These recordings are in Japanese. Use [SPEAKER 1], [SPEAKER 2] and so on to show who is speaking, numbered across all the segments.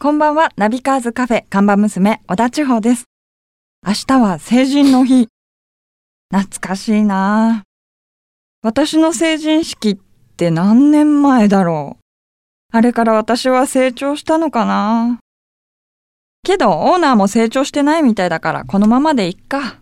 [SPEAKER 1] こんばんは、ナビカーズカフェ看板娘、小田千穂です。明日は成人の日。懐かしいなあ私の成人式って何年前だろう。あれから私は成長したのかなけど、オーナーも成長してないみたいだから、このままでいっか。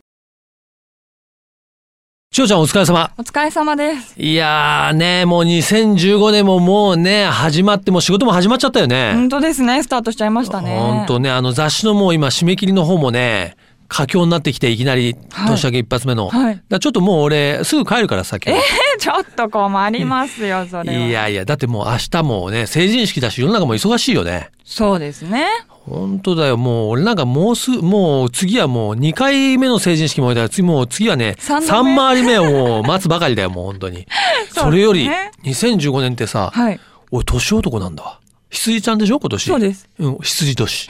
[SPEAKER 2] しおちゃんお疲れ様。
[SPEAKER 1] お疲れ様です。
[SPEAKER 2] いやーね、もう2015年ももうね、始まって、もう仕事も始まっちゃったよね。
[SPEAKER 1] 本当ですね、スタートしちゃいましたね。
[SPEAKER 2] ほんとね、あの雑誌のもう今締め切りの方もね、佳境になってきていきなり
[SPEAKER 1] はい
[SPEAKER 2] 年明け一発目の。
[SPEAKER 1] はい
[SPEAKER 2] だからちょっともう俺すぐ帰るからさっき。
[SPEAKER 1] え ちょっと困りますよ、それは。
[SPEAKER 2] いやいや、だってもう明日もね、成人式だし世の中も忙しいよね。
[SPEAKER 1] そうですね。
[SPEAKER 2] 本当だよ、もう俺なんかもうすぐ、もう次はもう2回目の成人式も終えたら、次もう次はね、
[SPEAKER 1] 三
[SPEAKER 2] 3
[SPEAKER 1] 度目
[SPEAKER 2] 回り目をもう待つばかりだよ、もう本当に。
[SPEAKER 1] そうですね
[SPEAKER 2] それより、2015年ってさ、
[SPEAKER 1] はい。
[SPEAKER 2] 俺年男なんだわ。羊ちゃんでしょ今年。
[SPEAKER 1] そうです。
[SPEAKER 2] うん、羊年。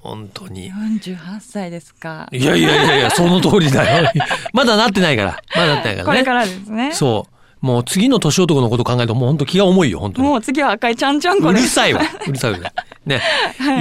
[SPEAKER 2] 本当に。
[SPEAKER 1] 48歳ですか。
[SPEAKER 2] いやいやいやいや、その通りだよ。 まだなってないから。まだなってないからね。
[SPEAKER 1] これからですね。
[SPEAKER 2] そう。もう次の年男のこと考えるともう本当気が重いよ、本当に。
[SPEAKER 1] もう次は赤いちゃんちゃんこ
[SPEAKER 2] う
[SPEAKER 1] で
[SPEAKER 2] る
[SPEAKER 1] す。
[SPEAKER 2] さいわ。うるさいわ。ね。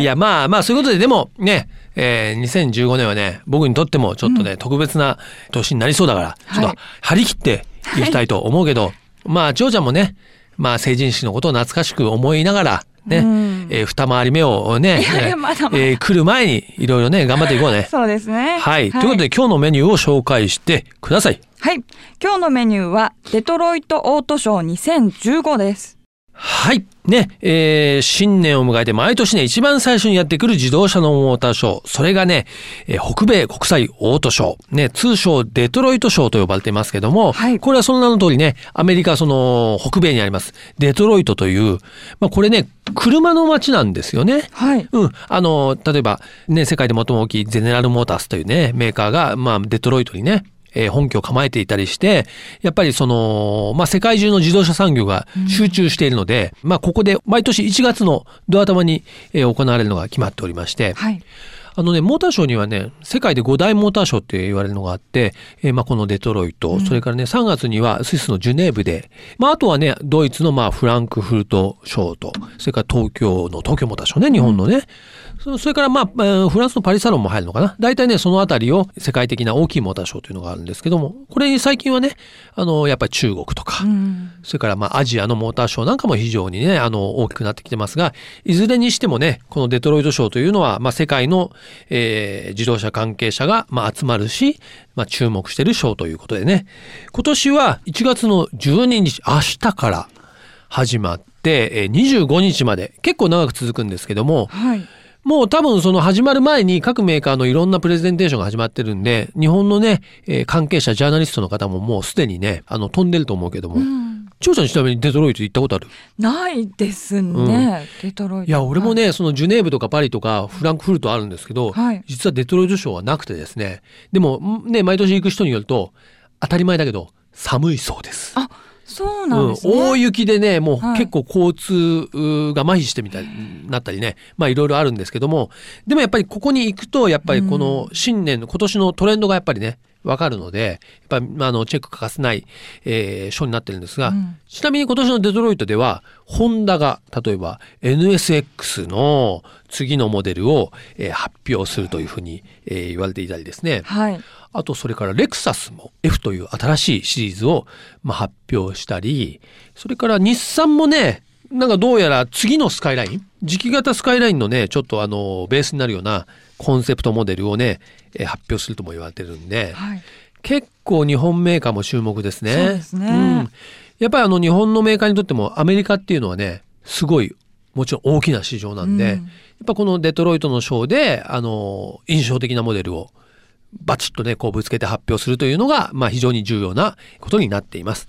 [SPEAKER 2] い、や、まあまあ、そういうことで、でもね、えー2015年はね、僕にとってもちょっとね、特別な年になりそうだから、
[SPEAKER 1] はい
[SPEAKER 2] ちょっと張り切っていきたいと思うけど、まあ、千代ちゃんもね、まあ、成人式のことを懐かしく思いながら、ね、
[SPEAKER 1] うん
[SPEAKER 2] えー二回り目をね、
[SPEAKER 1] いやいやまだまだ
[SPEAKER 2] えー来る前にいろいろね、頑張っていこうね。
[SPEAKER 1] そうですね。
[SPEAKER 2] はい。ということで、今日のメニューを紹介してください。
[SPEAKER 1] はい。今日のメニューは、デトロイトオートショー2015です。
[SPEAKER 2] はい。ね、えー新年を迎えて毎年ね、一番最初にやってくる自動車のモーターショー。それがね、えー北米国際オートショー。ね、通称デトロイトショーと呼ばれていますけども、
[SPEAKER 1] はい
[SPEAKER 2] これはその名の通りね、アメリカ、その、北米にあります、デトロイトという、まあこれね、車の街なんですよね。
[SPEAKER 1] はい。
[SPEAKER 2] うん。あの、例えば、ね、世界で最も大きいゼネラルモータースというね、メーカーが、まあ、デトロイトにね、えー本拠を構えていたりして、やっぱりその、まあ、世界中の自動車産業が集中しているので、まあ、ここで毎年1月のドア玉に、えー行われるのが決まっておりまして、
[SPEAKER 1] はい。
[SPEAKER 2] あのね、モーターショーにはね、世界で5大モーターショーって言われるのがあって、えーまあ、このデトロイト、それからね、3月にはスイスのジュネーブで、まあ、あとはね、ドイツのまあ、フランクフルトショーと、それから東京の東京モーターショーね、日本のね。そそれからまあ、えーフランスのパリサロンも入るのかな。大体ね、そのあたりを世界的な大きいモーターショーというのがあるんですけども、これに最近はね、あの、やっぱり中国とか、
[SPEAKER 1] うん。
[SPEAKER 2] それからまあアジアのモーターショーなんかも非常にね、あの大きくなってきてますが、いずれにしてもね、このデトロイトショーというのは、まあ世界の、えー自動車関係者がまあ集まるし、まあ注目してるショーということでね、今年は1月の12日、明日から始まって、えー25日まで、結構長く続くんですけども、
[SPEAKER 1] はい。
[SPEAKER 2] もう多分その始まる前に各メーカーのいろんなプレゼンテーションが始まってるんで、日本のね、えー関係者、ジャーナリストの方ももうすでにね、あの飛んでると思うけども、
[SPEAKER 1] うん。
[SPEAKER 2] ちょうちゃんちなみにデトロイト行ったことある
[SPEAKER 1] ないですね、デトロイト。
[SPEAKER 2] いや、俺も。ね、そのジュネーブとかパリとかフランクフルトあるんですけど、
[SPEAKER 1] はい
[SPEAKER 2] 実はデトロイトショーはなくてですね、でも、んね、毎年行く人によると、当たり前だけど、寒いそうです。
[SPEAKER 1] あ、そうなんですね。
[SPEAKER 2] うん、大雪でね、もう
[SPEAKER 1] はい
[SPEAKER 2] 結構交通うが麻痺してみたいなったりね、まあいろいろあるんですけども、でもやっぱりここに行くと、やっぱりこの新年の今年のトレンドがやっぱりね、わかるので、やっぱり、まあ、あの、チェック欠かせない、えー、ショーになってるんですが、
[SPEAKER 1] うん
[SPEAKER 2] ちなみに今年のデトロイトでは、ホンダが、例えば NSX の次のモデルを、えー発表するというふうに、えー言われていたりですね。
[SPEAKER 1] はい。
[SPEAKER 2] あとそれからレクサスも F という新しいシリーズをまあ発表したり、それから日産もね、なんかどうやら次のスカイライン、磁気型スカイラインのね、ちょっとあの、ベースになるようなコンセプトモデルをね、えー発表するとも言われてるんで、
[SPEAKER 1] はい。
[SPEAKER 2] 結構日本メーカーも注目ですね。
[SPEAKER 1] そうですね
[SPEAKER 2] んやっぱりあの日本のメーカーにとってもアメリカっていうのはね、すごいもちろん大きな市場なんで、
[SPEAKER 1] うん
[SPEAKER 2] やっぱこのデトロイトのショーで、あの、印象的なモデルをバチッとね、こうぶつけて発表するというのが、まあ非常に重要なことになっています。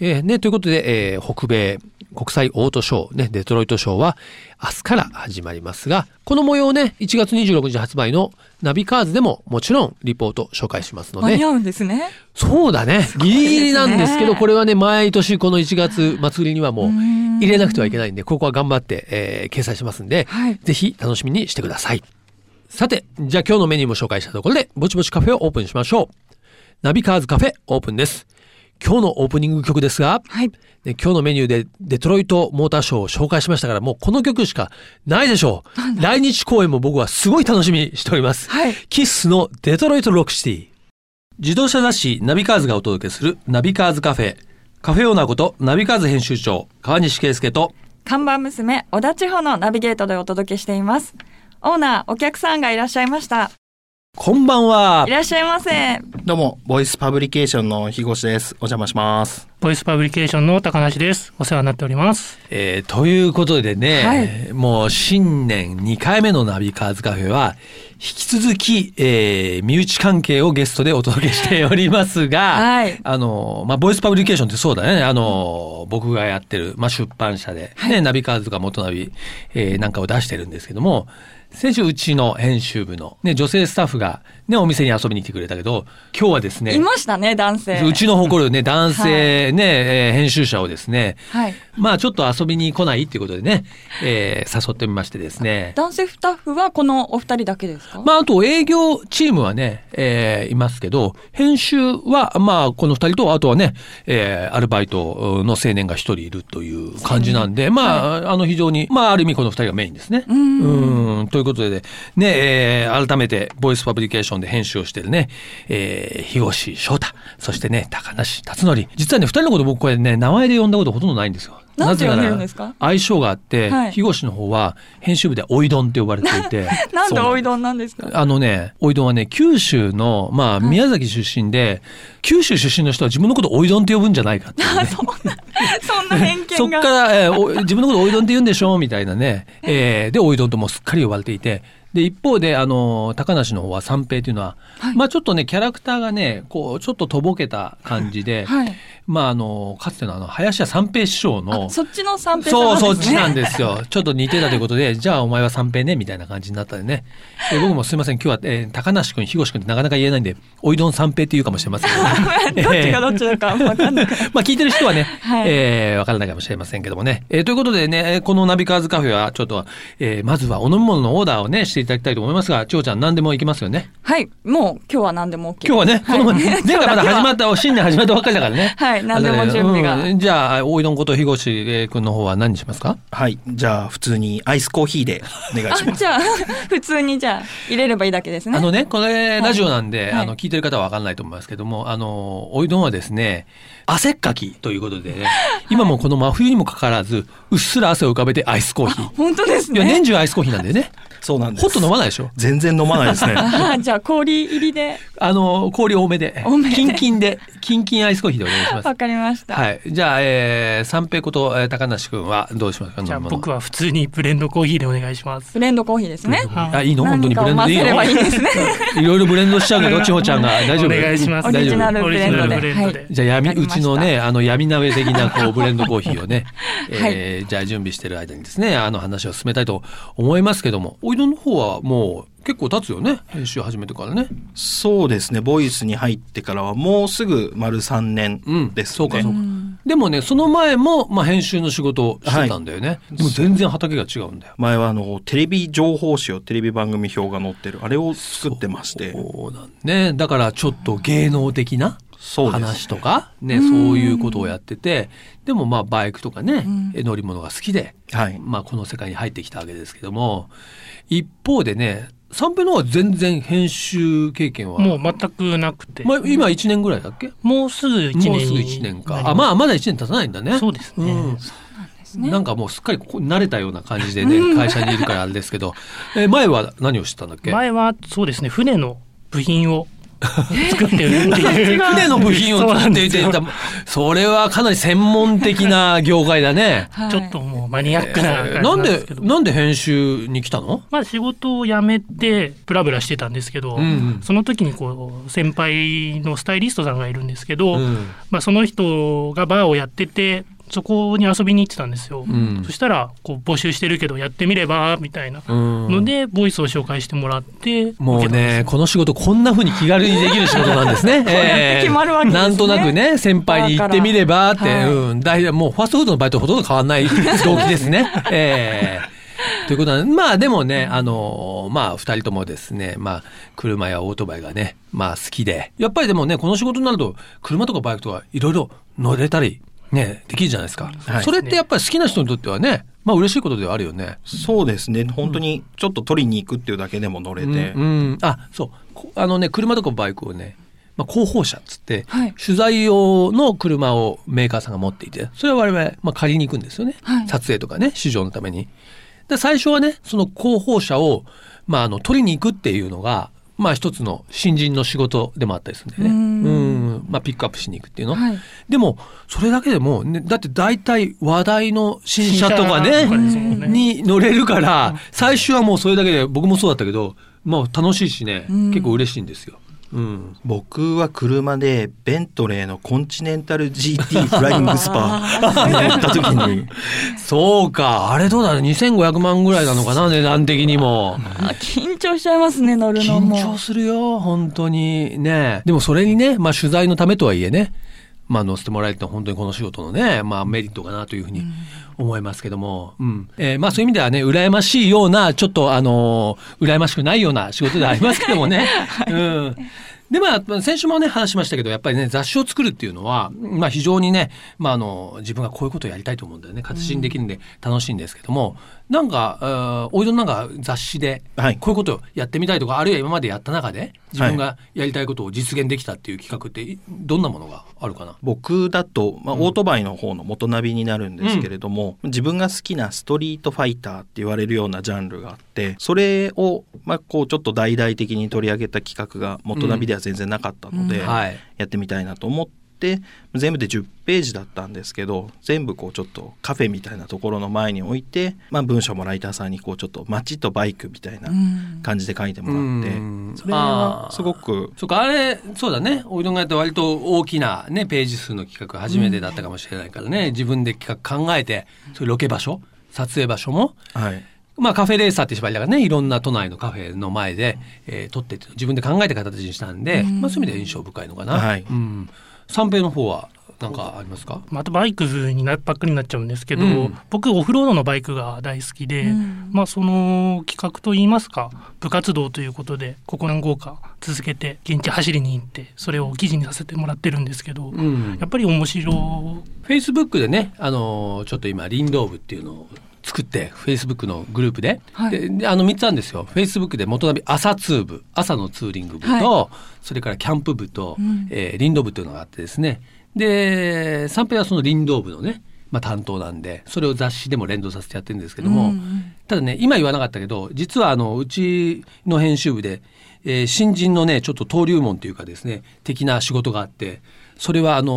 [SPEAKER 2] えーね、ということで、えー北米国際オートショー、ね、デトロイトショーは明日から始まりますが、この模様をね、1月26日発売のナビカーズでももちろんリポート紹介しますの
[SPEAKER 1] 間
[SPEAKER 2] で
[SPEAKER 1] に、合うんですね。
[SPEAKER 2] そうだね。ギリギリなんです
[SPEAKER 1] すごい
[SPEAKER 2] け
[SPEAKER 1] です
[SPEAKER 2] ど、
[SPEAKER 1] ね
[SPEAKER 2] これはね、毎年この1月祭りにはもう
[SPEAKER 1] うん
[SPEAKER 2] 入れなくてはいけないんで、ここは頑張って、えー掲載しますんで、
[SPEAKER 1] はい
[SPEAKER 2] ぜひ楽しみにしてください。さて、じゃあ今日のメニューも紹介したところで、ぼちぼちカフェをオープンしましょう。ナビカーズカフェオープンです。今日のオープニング曲ですが、
[SPEAKER 1] はい。
[SPEAKER 2] ね今日のメニューでデトロイトモーターショーを紹介しましたから、もうこの曲しかないでしょう。来日公演も僕はすごい楽しみにしております。
[SPEAKER 1] はい。
[SPEAKER 2] キッスのデトロイトロックシティ。自動車雑誌ナビカーズがお届けするナビカーズカフェ。カフェオーナーことナビカーズ編集長、川西圭介と、
[SPEAKER 1] 看板娘、小田千穂のナビゲートでお届けしています。オーナー、お客さんがいらっしゃいました。。
[SPEAKER 2] こんばんはい
[SPEAKER 1] らっしゃいませ。
[SPEAKER 3] どうも、ボイスパブリケーションの日越です。お邪魔します。
[SPEAKER 4] ボイスパブリケーションの高梨です。お世話になっております。
[SPEAKER 2] えーということでね、
[SPEAKER 1] は
[SPEAKER 2] もう新年2回目のナビカーズカフェは、引き続き、えー身内関係をゲストでお届けしておりますが、
[SPEAKER 1] はい
[SPEAKER 2] あの、まあ、ボイスパブリケーションってそうだね、あの、僕がやってる、まあ、出版社で、ね、ナビカーズとか元ナビ、えーなんかを出してるんですけども、先週うちの編集部の、ね、女性スタッフが、ね、お店に遊びに来てくれたけど、今日はですね、
[SPEAKER 1] いましたね、男性。
[SPEAKER 2] うちの誇るね、男性ね、えー編集者をですね、
[SPEAKER 1] はい。
[SPEAKER 2] まあちょっと遊びに来ないっていうことでね、えー誘ってみましてですね。
[SPEAKER 1] 男性スタッフはこのお二人だけですか、
[SPEAKER 2] まああと営業チームはね、えーいますけど、編集はまあこの二人と、あとはね、えーアルバイトの青年が一人いるという感じなんで、まあ、あの非常に、まあある意味この二人がメインですね。
[SPEAKER 1] ん
[SPEAKER 2] うんということでね、ね、えー改めてボイスパブリケーションで編集をしてるね、えー、日越翔太、そしてね、高梨達則。実はね、二人のこと僕これね、名前で呼んだことほとんどないんですよ。
[SPEAKER 1] なんて
[SPEAKER 2] ぜ
[SPEAKER 1] 呼
[SPEAKER 2] なんら
[SPEAKER 1] でるんですか
[SPEAKER 2] 相性があって、
[SPEAKER 1] はい。
[SPEAKER 2] 日越の方は編集部でおいどんって呼ばれていて
[SPEAKER 1] なんで
[SPEAKER 2] そう
[SPEAKER 1] おいどんなんですか
[SPEAKER 2] あのね、おいどんはね、九州の、まあ、宮崎出身で、九州出身の人は自分のことおいどんって呼ぶんじゃないかっていうね、
[SPEAKER 1] そんな、そんな偏
[SPEAKER 2] そっ
[SPEAKER 1] 見
[SPEAKER 2] か
[SPEAKER 1] が。
[SPEAKER 2] ら、えーお 自分のことおいどんって言うんでしょみたいなね。えーで、おいどんともうすっかり呼ばれていて。で、一方で、あのー、高梨の方は三平というのは、まあちょっとね、キャラクターがね、こう、ちょっととぼけた感じで、
[SPEAKER 1] はい
[SPEAKER 2] まああのー、かつてのあの、林家三平師匠の、
[SPEAKER 1] あそっちの三平さん
[SPEAKER 2] そ
[SPEAKER 1] なんです
[SPEAKER 2] う、そ
[SPEAKER 1] ね。
[SPEAKER 2] っちなんですよ。ちょっと似てたということで、じゃあお前は三平ね、みたいな感じになったんでね。で僕もすいません、今日は、えー高梨君、日越君ってなかなか言えないんで、おいどん三平って言うかもしれませんけ どね、
[SPEAKER 1] どっちがどっちだかわかんない。
[SPEAKER 2] まあ聞いてる人はね、
[SPEAKER 1] はい
[SPEAKER 2] えーわからないかもしれませんけどもね。えーということでね、えーこのナビカーズカフェは、ちょっと、えーまずはお飲み物のオーダーをね、していただきたいと思いますが、千穂ちゃん何でもいきますよね。
[SPEAKER 1] はい、もう今日は何でも OK。。
[SPEAKER 2] 今日はね、この、前回まだ始まった、新年始まったばっかりだからね
[SPEAKER 1] はい何でも
[SPEAKER 2] あのね
[SPEAKER 1] 準備が
[SPEAKER 2] うんじゃあ、大井戸んこと樋口えー君の方は何にしますか
[SPEAKER 3] はい、じゃあ普通にアイスコーヒーでお願いし
[SPEAKER 1] あ、
[SPEAKER 3] ます。
[SPEAKER 1] じゃあ、 普通にじゃあ、入れればいいだけですね。
[SPEAKER 2] あのね、これ、ラジオなんで、
[SPEAKER 1] はい
[SPEAKER 2] あの、聞いてる方はわかんないと思いますけども、あの、おいどんはですね、汗っかきということでね、今もこの真冬にもかかわらず、うっすら汗を浮かべてアイスコーヒー。
[SPEAKER 1] 本当です
[SPEAKER 2] いや、
[SPEAKER 1] ね。
[SPEAKER 2] 年中アイスコーヒーなんだ よね。
[SPEAKER 3] そうなんです。
[SPEAKER 2] ホット飲まないでしょ
[SPEAKER 3] 全然飲まないです ね。
[SPEAKER 1] あーじゃあ、氷入りで、
[SPEAKER 2] あの、氷多めで。
[SPEAKER 1] 多めで
[SPEAKER 2] キンキンで、キンキンアイスコーヒーでお願いします
[SPEAKER 1] わ。かりました。
[SPEAKER 2] はい。じゃあ、えー、三平こと、えー高梨くんはどうしますか
[SPEAKER 4] じゃあ僕
[SPEAKER 2] は。
[SPEAKER 4] は普通にブレンドコーヒーでお願いします。
[SPEAKER 1] ブレンドコーヒーですね。
[SPEAKER 2] あ、いいの本当に
[SPEAKER 1] 何か
[SPEAKER 2] ブレ
[SPEAKER 1] を
[SPEAKER 2] ンド
[SPEAKER 1] 混
[SPEAKER 2] でいい
[SPEAKER 1] ぜれ
[SPEAKER 2] の
[SPEAKER 1] ばいいですね。
[SPEAKER 2] いろいろブレンドしちゃうけど、千穂ちゃんが大丈夫
[SPEAKER 4] お願いしま
[SPEAKER 2] 大
[SPEAKER 4] す。
[SPEAKER 2] 丈
[SPEAKER 1] オ
[SPEAKER 2] 夫
[SPEAKER 1] リジナルブレンドで
[SPEAKER 4] オリジナルブレンドで
[SPEAKER 1] は
[SPEAKER 2] じゃあ闇、
[SPEAKER 1] わかり
[SPEAKER 2] う
[SPEAKER 1] まし
[SPEAKER 2] ち
[SPEAKER 1] た
[SPEAKER 2] のね、あの闇鍋的なこうブレンドコーヒーをね、えーじゃあ準備してる間にですね、あの話を進めたいと思いますけども、おいどんの方はもう結構経つよね、編集始めてからね。
[SPEAKER 3] そうですね、ボイスに入ってからはもうすぐ丸3年ですね。
[SPEAKER 2] うんそうかそうかでもね、その前も、まあ、編集の仕事をしてたんだよね。でも全然畑が違うんだよ。
[SPEAKER 3] 前はあの、テレビ情報誌をテレビ番組表が載ってる、あれを作ってまして。
[SPEAKER 2] そうなんね。だからちょっと芸能的な
[SPEAKER 3] そうですね
[SPEAKER 2] 話とか、ね、そういうことをやってて、でもまあバイクとかね、え乗り物が好きで、
[SPEAKER 3] はい。
[SPEAKER 2] まあこの世界に入ってきたわけですけども、一方でね、三平の方は全然編集経験は、
[SPEAKER 4] もう全くなくて。
[SPEAKER 2] まあ、今1年ぐらいだっけ
[SPEAKER 4] もうすぐ1年
[SPEAKER 2] もう
[SPEAKER 4] に
[SPEAKER 2] すぐ1年か。あ、まあまだ1年経たないんだね。
[SPEAKER 4] そうですね
[SPEAKER 2] ん
[SPEAKER 1] ね
[SPEAKER 2] なんかもうすっかりここ慣れたような感じでね、会社にいるからあれですけど、え前は何をしてたんだっけ
[SPEAKER 4] 前はそうですね、船の部品 を作ってるっていう。
[SPEAKER 2] 船の部品を作っていて
[SPEAKER 4] そうなんで
[SPEAKER 2] それはかなり専門的な業界だね。
[SPEAKER 4] すよちょっともうマニアッ クな感じ
[SPEAKER 2] えー
[SPEAKER 4] な
[SPEAKER 2] なんん
[SPEAKER 4] で
[SPEAKER 2] で
[SPEAKER 4] すけ、ど。
[SPEAKER 2] なんで編集に来たの
[SPEAKER 4] まあ仕事を辞めてブラブラしてたんですけど、
[SPEAKER 2] うんうん
[SPEAKER 4] その時にこう先輩のスタイリストさんがいるんですけど、
[SPEAKER 2] うん
[SPEAKER 4] まあ、その人がバーをやっててそこに遊びに行ってたんですよ、
[SPEAKER 2] ん
[SPEAKER 4] そしたらこう募集してるけどやってみればみたいな
[SPEAKER 2] うん
[SPEAKER 4] ので、ボイスを紹介してもらって
[SPEAKER 2] もう
[SPEAKER 4] 受けたんです
[SPEAKER 2] ね、この仕事こんな風に気軽にできる仕事なんですね。
[SPEAKER 1] うやって決まるわけですね
[SPEAKER 2] なんとなくね、先輩に行ってみればって、
[SPEAKER 1] はい
[SPEAKER 2] うん、大体もうファストフードのバイトほとんど変わんない動機ですね。ええということなんで、まあでもね、あの、まあ二人ともですね、まあ車やオートバイがね、まあ好きで、やっぱりでもね、この仕事になると、車とかバイクとかいろいろ乗れたり、ね、できるじゃないですか。
[SPEAKER 3] はい
[SPEAKER 2] それってやっぱり好きな人にとってはね、まあ嬉しいことではあるよね。
[SPEAKER 3] そうですね本当にちょっと取りに行くっていうだけでも乗れて、
[SPEAKER 2] うんうんあそうこあのね車とかバイクをね、まあ、広報車っつって、
[SPEAKER 1] はい
[SPEAKER 2] 取材用の車をメーカーさんが持っていてそれは我々、まあ、借りに行くんですよね、
[SPEAKER 1] はい
[SPEAKER 2] 撮影とかね市場のために。で最初はねその広報車を、まあ、あの取りに行くっていうのが、まあ、一つの新人の仕事でもあったりするんだよ
[SPEAKER 1] う
[SPEAKER 2] ね。
[SPEAKER 1] ん
[SPEAKER 2] んまあ、ピックアップしに行くっていうの。
[SPEAKER 1] はい
[SPEAKER 2] でもそれだけでもう、ね、だって大体話題の新車とかね
[SPEAKER 4] 新車ですもんね
[SPEAKER 2] に乗れるから、最終はもうそれだけで、僕もそうだったけど、まあ楽しいしね、
[SPEAKER 1] うん
[SPEAKER 2] 結構嬉しいんですよ。うん。
[SPEAKER 3] 僕は車でベントレーのコンチネンタル GT フライングスパに乗った時に
[SPEAKER 2] そうか、あれどうだろう、2500万ぐらいなのかな、値段的にも。
[SPEAKER 1] あ緊張しちゃいますね乗るの
[SPEAKER 2] 緊
[SPEAKER 1] も
[SPEAKER 2] 張するよ、本当に。ねでもそれにね、まあ取材のためとはいえね、まあ乗せてもらえるって本当にこの仕事のね、まあメリットかなというふうに思いますけども、うん。えーまあそういう意味ではね、羨ましいような、ちょっとあのー羨ましくないような仕事ではありますけど もね。うん。でまあ、先週もね話しましたけどやっぱりね雑誌を作るっていうのは、まあ、非常にね、まあ、あの自分がこういうことをやりたいと思うんだよね活心できるんで楽しいんですけども、なんかえーおいどんなんか雑誌で
[SPEAKER 3] はい
[SPEAKER 2] こういうことをやってみたいとかあるいは今までやった中で自分がやりたいことを実現できたっていう企画っていどんなものがあるかな、
[SPEAKER 3] 僕だと、まあ、
[SPEAKER 2] うん
[SPEAKER 3] オートバイの方の元ナビになるんですけれども、自分が好きなストリートファイターって言われるようなジャンルがあってそれを、まあ、こうちょっと大々的に取り上げた企画が元ナビでは全然なかったので、
[SPEAKER 1] うん
[SPEAKER 2] はい、
[SPEAKER 3] やってみたいなと思って全部で10ページだったんですけど全部こうちょっとカフェみたいなところの前に置いて、まあ、文章もライターさんにこうちょっと街とバイクみたいな
[SPEAKER 1] うん
[SPEAKER 3] 感じで書いて
[SPEAKER 2] う
[SPEAKER 3] もらって、
[SPEAKER 2] ん
[SPEAKER 3] それはすごく
[SPEAKER 2] そうかあれそうだねおいどんがやった割と大きな、ね、ページ数の企画初めてだったかもしれないからね、自分で企画考えてそれロケ場所撮影場所も、
[SPEAKER 3] はい
[SPEAKER 2] まあ、カフェレーサーって縛りだからねいろんな都内のカフェの前で、えー撮ってって自分で考えた形にしたんで、
[SPEAKER 1] うん
[SPEAKER 2] まあ、そういう意味では印象深いのかな。
[SPEAKER 3] はい
[SPEAKER 2] うん、三平の方はなんかありますか
[SPEAKER 4] またバイクになばっかりになっちゃうんですけど、
[SPEAKER 2] うん
[SPEAKER 4] 僕オフロードのバイクが大好きで、
[SPEAKER 1] うん
[SPEAKER 4] まあその企画といいますか部活動ということでここ何号か続けて現地走りに行ってそれを記事にさせてもらってるんですけど、
[SPEAKER 2] うん
[SPEAKER 4] やっぱり面白
[SPEAKER 2] フェイスブックでね、あのーちょっと今、林道部っていうのを作って、フェイスブックのグループで、
[SPEAKER 1] はい
[SPEAKER 2] でであの3つあるんですよ。フェイスブックで元旅朝通部、朝のツーリング部と、
[SPEAKER 1] は
[SPEAKER 2] それからキャンプ部と、
[SPEAKER 1] うん
[SPEAKER 2] えー林道部っていうのがあってですね。で、三平はその林道部のね、まあ、担当なんで、それを雑誌でも連動させてやってるんですけど
[SPEAKER 1] うん
[SPEAKER 2] も、
[SPEAKER 1] うん
[SPEAKER 2] ただね、今言わなかったけど、実はあの、うちの編集部で、えー新人のね、ちょっと登竜門というかですね、的な仕事があって、それはあの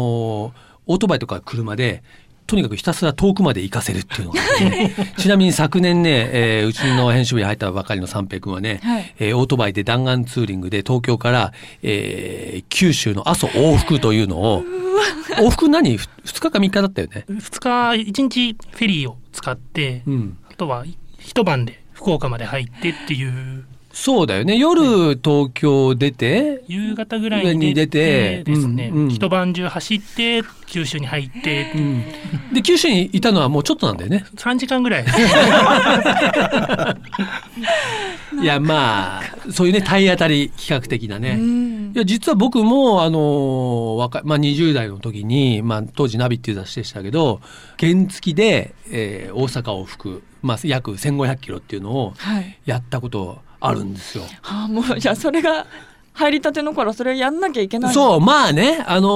[SPEAKER 2] ーオートバイとか車で、とにかくひたすら遠くまで行かせるっていうのがあっ てねちなみに昨年ね、えーうちの編集部に入ったばかりの三平君はね、
[SPEAKER 1] はい
[SPEAKER 2] えーオートバイで弾丸ツーリングで東京から、えー九州の阿蘇往復というのを、往復何 ?2 日か3日だったよね。
[SPEAKER 4] い2日1日フェリーを使って、
[SPEAKER 2] うん。
[SPEAKER 4] あとは一晩で福岡まで入ってっていう
[SPEAKER 2] そうだよね。夜東京出て、
[SPEAKER 4] 夕方ぐらいに出
[SPEAKER 2] 上
[SPEAKER 4] て
[SPEAKER 2] に出て
[SPEAKER 4] ですね、
[SPEAKER 2] うんうん
[SPEAKER 4] 一晩中走って九州に入ってっていう
[SPEAKER 2] で九州にいたのはもうちょっとなんだよね。
[SPEAKER 4] 3時間ぐ らい
[SPEAKER 2] いやまあそういうね体当たり企画的な
[SPEAKER 1] う
[SPEAKER 2] ね。
[SPEAKER 1] ん
[SPEAKER 2] いや実は僕もあの若いまあ20代の時にまあ当時ナビっていう雑誌でしたけど原付で、えー大阪を吹くまあ約1500キロっていうのを
[SPEAKER 1] はい
[SPEAKER 2] やったことあるんですよ。
[SPEAKER 1] あもうじゃあそれが入りたての頃それやんなきゃいけない
[SPEAKER 2] そうまあねあの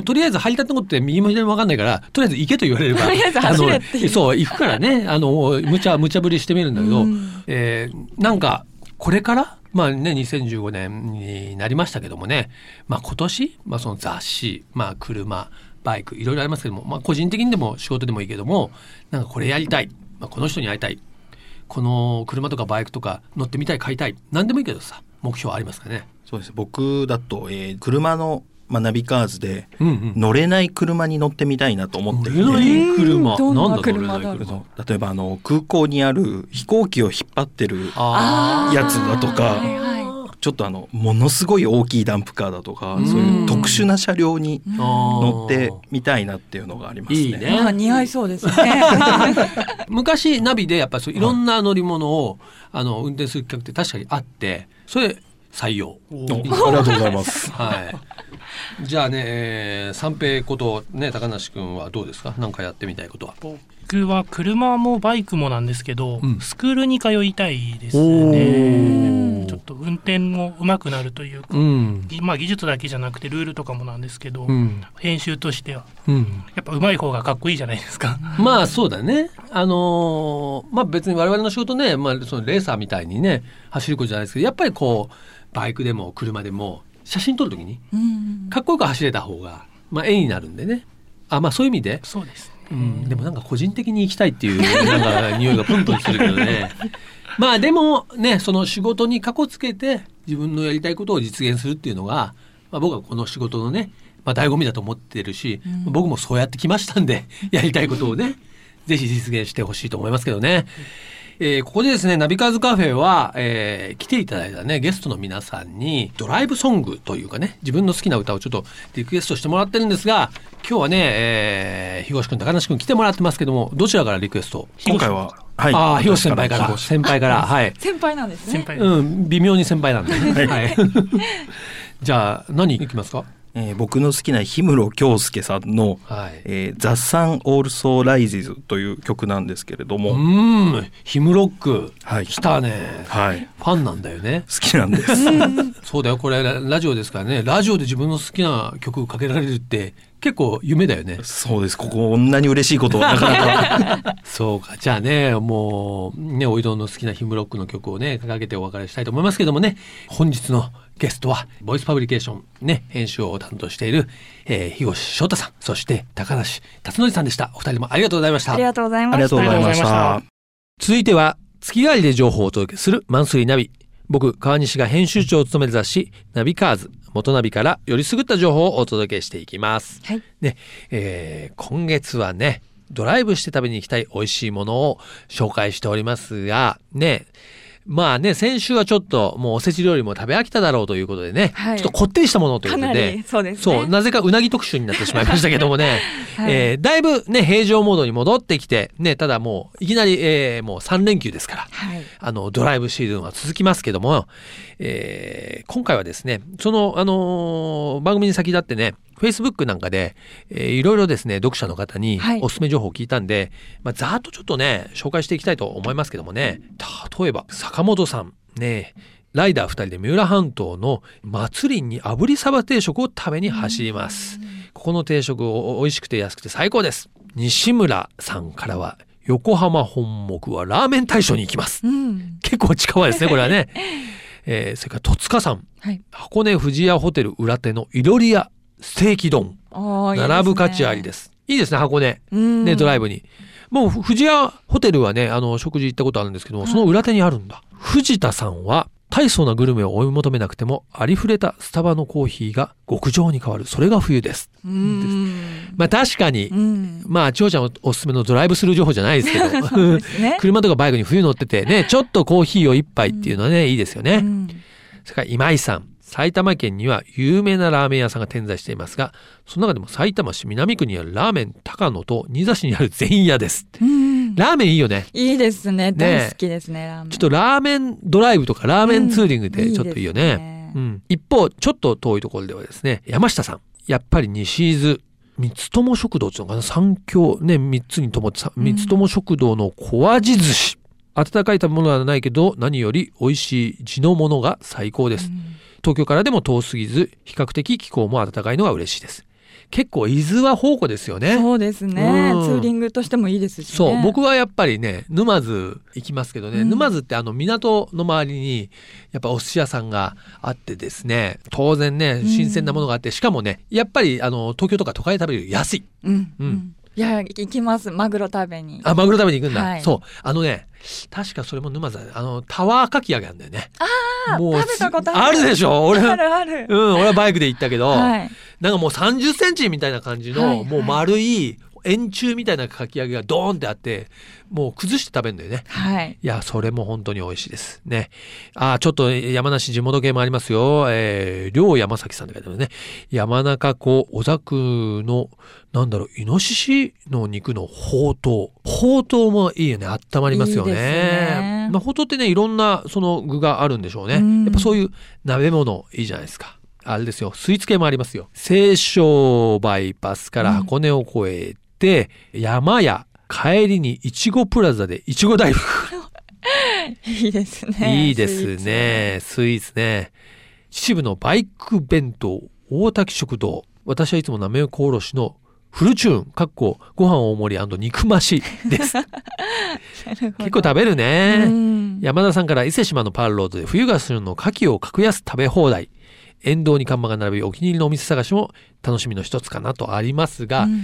[SPEAKER 2] ーとりあえず入りたてのことって右も左も分かんないからとりあえず行けと言われるから
[SPEAKER 1] とりあえず走れっていう
[SPEAKER 2] あのそう行くからねあの無茶無茶ぶりしてみるんだけど、
[SPEAKER 1] うん
[SPEAKER 2] えーなんかこれからまあね2015年になりましたけどもね、まあ、今年、まあ、その雑誌、まあ、車バイクいろいろありますけども、まあ、個人的にでも仕事でもいいけどもなんかこれやりたい、まあ、この人に会いたいこの車とかバイクとか乗ってみたい買いたい何でもいいけどさ目標ありますかね。
[SPEAKER 3] そうです僕だと、えー車の、まあ、ナビカーズで
[SPEAKER 2] うんうん
[SPEAKER 3] 乗れない車に乗ってみたいなと思っていて。
[SPEAKER 2] 乗れない車。
[SPEAKER 1] うん
[SPEAKER 2] なん
[SPEAKER 1] どん
[SPEAKER 2] だ
[SPEAKER 1] な車だ
[SPEAKER 2] 乗れない
[SPEAKER 1] ろ
[SPEAKER 2] 車。
[SPEAKER 3] 例えばあの空港にある飛行機を引っ張ってる
[SPEAKER 2] あ
[SPEAKER 1] あー
[SPEAKER 3] やつだとか
[SPEAKER 1] はいはい
[SPEAKER 3] ちょっとあのものすごい大きいダンプカーだとかそういう特殊な車両に
[SPEAKER 1] うん
[SPEAKER 3] 乗ってみたいなっていうのがありますね。
[SPEAKER 2] いいね
[SPEAKER 1] まあ似合いそう ですね。
[SPEAKER 2] 昔ナビでやっぱそういろんな乗り物を、あの運転する企画って確かにあってそれ採用。
[SPEAKER 3] おありがとうござい ます。
[SPEAKER 2] はい。じゃあね、えー三平ことね高梨くんはどうですか。なんかやってみたいことは。
[SPEAKER 4] 僕は車もバイクもなんですけど、
[SPEAKER 2] うん
[SPEAKER 4] スクールに通いたいです
[SPEAKER 1] おー
[SPEAKER 4] ねちょっと運転も上手くなるというか、
[SPEAKER 2] うん。
[SPEAKER 4] ぎまあ、技術だけじゃなくてルールとかもなんですけど、
[SPEAKER 2] うん。
[SPEAKER 4] 編集としては
[SPEAKER 2] うん。
[SPEAKER 4] やっぱ上手い方がかっこいいじゃないですか。
[SPEAKER 2] まあそうだね。あのーまあ別に我々の仕事ね、まあそのレーサーみたいにね走ることじゃないですけど、やっぱりこうバイクでも車でも写真撮るときに
[SPEAKER 1] うん
[SPEAKER 2] かっこよく走れた方がまあ絵になるんでね。あまあそういう意味で
[SPEAKER 4] そうですね
[SPEAKER 2] うん、でもなんか個人的に行きたいっていうなんか匂いがプンプンするけど ねまあでもねその仕事にかこつけて自分のやりたいことを実現するっていうのが、まあ、僕はこの仕事のね、まあ、醍醐味だと思ってるし、
[SPEAKER 1] うん
[SPEAKER 2] 僕もそうやってきましたんでやりたいことをねぜひ実現してほしいと思いますけどね。えーここでですね、ナビカーズカフェは、えー来ていただいたね、ゲストの皆さんに、ドライブソングというかね、自分の好きな歌をちょっとリクエストしてもらってるんですが、今日はね、えー、東くん、高梨くん来てもらってますけども、どちらからリクエスト
[SPEAKER 3] 今回は、は
[SPEAKER 2] ああ、広瀬先輩から。先輩から、はい。
[SPEAKER 1] 先輩なんですね。
[SPEAKER 4] 先輩です、
[SPEAKER 2] うん、微妙に先輩なんでね。 はい。じゃあ、何いきますか
[SPEAKER 3] えー僕の好きな氷室京介さんの
[SPEAKER 2] はい。
[SPEAKER 3] えー「ザ・サン・オール・ソー・ライジズ」という曲なんですけれど
[SPEAKER 2] う
[SPEAKER 3] も、
[SPEAKER 2] ーん、ヒムロック、
[SPEAKER 3] はい
[SPEAKER 2] 来たね。
[SPEAKER 3] はい、
[SPEAKER 2] ファンなんだよね。
[SPEAKER 3] 好きなんです。
[SPEAKER 2] そうだよ、これララジオですからね。ラジオで自分の好きな曲かけられるって結構夢だよね。
[SPEAKER 3] そうですこここんなに嬉しいことはなかなか
[SPEAKER 2] そうか。じゃあね、もう、ね、おいどんの好きなヒムロックの曲をね、掲げてお別れしたいと思いますけどもね、本日のゲストは、ボイスパブリケーション、ね、編集を担当している、えー、日越翔太さん、そして高梨辰則さんでした。お二人もありがとうございました
[SPEAKER 1] あり。がとうございま
[SPEAKER 3] ありが
[SPEAKER 1] し
[SPEAKER 3] と
[SPEAKER 1] た
[SPEAKER 3] うございまし
[SPEAKER 4] ありがとうござい
[SPEAKER 3] た
[SPEAKER 4] ました。
[SPEAKER 2] 続いては月替わりで情報をお届けするマンスリーナビ僕川西が編集長を務める雑誌ナビカーズ元ナビからよりすぐった情報をお届けしていきます、
[SPEAKER 1] はい
[SPEAKER 2] ねえー今月はねドライブして食べに行きたい美味しいものを紹介しておりますがねまあね先週はちょっともうおせち料理も食べ飽きただろうということでね、
[SPEAKER 1] はい
[SPEAKER 2] ちょっとこってりしたものという
[SPEAKER 1] か
[SPEAKER 2] こと
[SPEAKER 1] な
[SPEAKER 2] で
[SPEAKER 1] りそうですね。
[SPEAKER 2] そう、なぜかうなぎ特集になってしまいましたけど もね、
[SPEAKER 1] はい
[SPEAKER 2] えーだいぶね、平常モードに戻ってきて、ね、ただもう、いきなり、えーもう3連休ですから、
[SPEAKER 1] はい。
[SPEAKER 2] あの、ドライブシーズンは続きますけども、えー今回はですね、その、あのー番組に先立ってね、Facebook なんかで、えーいろいろですね、読者の方に
[SPEAKER 1] はい
[SPEAKER 2] おすすめ情報を聞いたんで、まあ、ざーっとちょっとね、紹介していきたいと思いますけどもね、例えば、坂本さん、ね、ライダー2人で三浦半島の祭りに炙りサバ定食を食べに走ります。ここの定食を美味しくて安くて最高です。西村さんからは、横浜本木はラーメン大賞に行きます。
[SPEAKER 1] うん。
[SPEAKER 2] 結構近場ですね、これ はね。えーそれから戸塚さん、
[SPEAKER 1] はい。
[SPEAKER 2] 箱根藤屋ホテル裏手のいろり屋ステーキ丼、
[SPEAKER 1] ああ
[SPEAKER 2] 並ぶ価値ありですす。いいですね、箱根。
[SPEAKER 1] ね。うん
[SPEAKER 2] ね、ドライブに。もう藤屋ホテルはね、あの、食事行ったことあるんですけども、その裏手にあるんだ。藤田さんは、大層なグルメを追い求めなくても、ありふれたスタバのコーヒーが極上に変わる。それが冬です。
[SPEAKER 1] うん。
[SPEAKER 2] まあ確かに
[SPEAKER 1] う、ん。
[SPEAKER 2] まあ、千穂ちゃんおすすめのドライブスルー情報じゃないですけど、
[SPEAKER 1] そうですね
[SPEAKER 2] 車とかバイクに冬乗っててね、ちょっとコーヒーを一杯っていうのはね、いいですよね。
[SPEAKER 1] うん
[SPEAKER 2] それから今井さん。埼玉県には有名なラーメン屋さんが点在していますが、その中でも埼玉市南区にあるラーメン高野と新座市にある善屋です。
[SPEAKER 1] うん。
[SPEAKER 2] ラーメンいいよね。
[SPEAKER 1] いいですね。
[SPEAKER 2] ね
[SPEAKER 1] 大好きですね、ラーメン。
[SPEAKER 2] ちょっとラーメンドライブとかラーメンツーリングでちょっといいよ
[SPEAKER 1] うんいい
[SPEAKER 2] ね。
[SPEAKER 1] ですね
[SPEAKER 2] うん一方、ちょっと遠いところではですね、山下さん。やっぱり西伊豆。三つ友食堂っていうのかな三強ね、三つにともってさ、
[SPEAKER 1] うん
[SPEAKER 2] 三つ友食堂の小味寿司。温かい食べ物はないけど、何より美味しい地のものが最高です。東京からでも遠すぎず、比較的気候も暖かいのが嬉しいです。結構、伊豆は宝庫ですよね。
[SPEAKER 1] そうですね。
[SPEAKER 2] うん
[SPEAKER 1] ツーリングとしてもいいですしね。
[SPEAKER 2] そう、僕はやっぱりね、沼津行きますけどね、
[SPEAKER 1] うん
[SPEAKER 2] 沼津ってあの港の周りに、やっぱお寿司屋さんがあってですね、当然ね、
[SPEAKER 1] ん
[SPEAKER 2] 新鮮なものがあって、しかもね、やっぱりあの、東京とか都会で食べるより安い。
[SPEAKER 1] うん。
[SPEAKER 2] う
[SPEAKER 1] うんん。いや、行きます。マグロ食べに。
[SPEAKER 2] あ、マグロ食べに行くんだ。
[SPEAKER 1] はい
[SPEAKER 2] そう。あのね、確かそれも沼津だねあの、タワーかき揚げなんだよね。あもう
[SPEAKER 1] 食べたこと
[SPEAKER 2] あ
[SPEAKER 1] ある
[SPEAKER 2] るでしょ俺
[SPEAKER 1] あ
[SPEAKER 2] は。
[SPEAKER 1] るある
[SPEAKER 2] う。ん、俺はバイクで行ったけど、
[SPEAKER 1] はい。
[SPEAKER 2] なんかもう30センチみたいな感じの、
[SPEAKER 1] はいはい
[SPEAKER 2] もう丸い円柱みたいなかき揚げがドーンってあって、もう崩して食べるんだよね。
[SPEAKER 1] はい。
[SPEAKER 2] いや、それも本当に美味しいです。ね。あー、ちょっと山梨地元系もありますよ。えー、両山崎さんって書いてあるね。山中湖小ざくの、なんだろう、イノシシの肉のほうとう。ほうとうもいいよね。温まりますよね。
[SPEAKER 1] いいですね
[SPEAKER 2] まあ、ほうとうってね、いろんなその具があるんでしょうね。
[SPEAKER 1] うん
[SPEAKER 2] やっぱそういう鍋物いいじゃないですか。あれですよ。スイーツ系もありますよ。清少バイパスから箱根を越えて、山や帰りにいちごプラザでいちご大福。
[SPEAKER 1] いいですね。
[SPEAKER 2] いいですね。スイーツね。秩父のバイク弁当、大滝食堂。私はいつもなめこおろしのフルチューン、かっこご飯大盛り肉増し です。
[SPEAKER 1] スイーツ。
[SPEAKER 2] 結構食
[SPEAKER 1] べ
[SPEAKER 2] べるね。
[SPEAKER 1] うん
[SPEAKER 2] 山田さんから伊勢島のパールロードで冬が旬の牡蠣を格安食べ放題。沿道に看板が並びお気に入りのお店探しも楽しみの一つかなとありますが、
[SPEAKER 1] う
[SPEAKER 2] や
[SPEAKER 1] ん
[SPEAKER 2] っ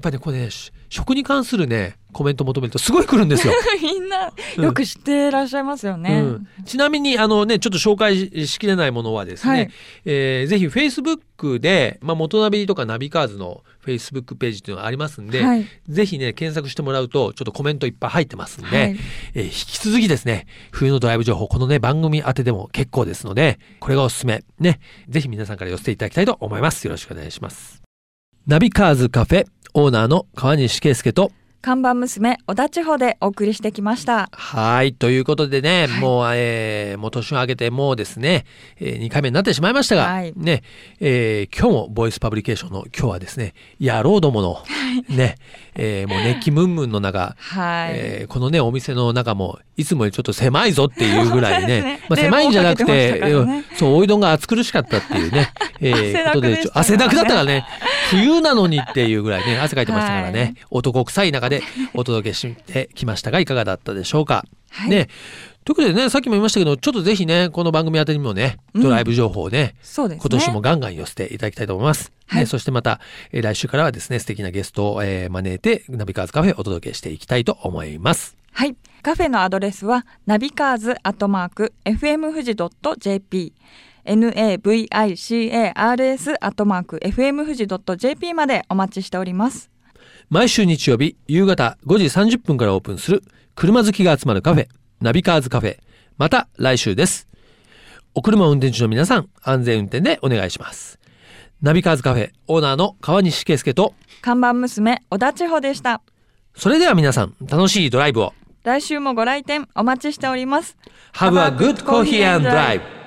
[SPEAKER 2] ぱりね、これね、し食に関するね、コメント求めるとすごい来るんですよ。
[SPEAKER 1] みんなよく知ってらっしゃいますよね。
[SPEAKER 2] うん、ちなみにあのねちょっと紹介ししきれないものはですね、
[SPEAKER 1] はい
[SPEAKER 2] えーぜひ Facebook で、まあ、元ナビとかナビカーズの Facebook ページというのがありますんで、
[SPEAKER 1] はい
[SPEAKER 2] ぜひね検索してもらうとちょっとコメントいっぱい入ってますんで、
[SPEAKER 1] はい
[SPEAKER 2] えー引き続きですね冬のドライブ情報このね番組宛てでも結構ですのでこれがおすすめねぜひ皆さんから寄せていただきたいと思いますよろしくお願いしますナビカーズカフェオーナーの川西圭介と
[SPEAKER 1] 看板娘小田地方でお送りしてきました。
[SPEAKER 2] はい。ということでね、
[SPEAKER 1] はい
[SPEAKER 2] もう、えー、もう年を明けて、もうですね、えー、2回目になってしまいましたが、
[SPEAKER 1] はい
[SPEAKER 2] ね、えー、今日もボイスパブリケーションの今日はですね、野郎どもの、ね、えー、もう熱気ムンムンの中、
[SPEAKER 1] はい。
[SPEAKER 2] えーこのね、お店の中も、いつもよりちょっと狭いぞっていうぐらい
[SPEAKER 1] そうで
[SPEAKER 2] ね、
[SPEAKER 1] すね
[SPEAKER 2] まあ
[SPEAKER 1] 冷
[SPEAKER 2] 狭いんじゃなく
[SPEAKER 1] 房かけ
[SPEAKER 2] て
[SPEAKER 1] てましたからね
[SPEAKER 2] うんそう、おいどんが暑苦しかったっていうね、え
[SPEAKER 1] 汗だ
[SPEAKER 2] こ
[SPEAKER 1] く
[SPEAKER 2] とで
[SPEAKER 1] でしたからね
[SPEAKER 2] ちょ汗だくだったからね、冬なのにっていうぐらいね、汗かいてましたからね、
[SPEAKER 1] はい
[SPEAKER 2] 男臭い中でお届けしてきましたが、いかがだったでしょうか。
[SPEAKER 1] はい
[SPEAKER 2] ね。ということでね、さっきも言いましたけど、ちょっとぜひね、この番組宛てにもね、ドライブ情報をね、
[SPEAKER 1] そうですね。
[SPEAKER 2] 今年もガンガン寄せていただきたいと思います。
[SPEAKER 1] はい
[SPEAKER 2] ね、そしてまた、えー来週からはですね、素敵なゲストを、えー招いて、ナビカーズカフェをお届けしていきたいと思います。
[SPEAKER 1] はい。カフェのアドレスは、ナビカーズアットマーク、fmfuji.jp、navicars アットマーク、fmfuji.jp までお待ちしております。
[SPEAKER 2] 毎週日曜日、夕方5時30分からオープンする、車好きが集まるカフェ、ナビカーズカフェ。また来週です。お車運転中の皆さん、安全運転でお願いします。ナビカーズカフェ、オーナーの川西圭介と、
[SPEAKER 1] 看板娘、小田千穂でした。
[SPEAKER 2] それでは皆さん、楽しいドライブを。
[SPEAKER 1] 来週もご来店お待ちしております。
[SPEAKER 2] Have a good coffee and drive!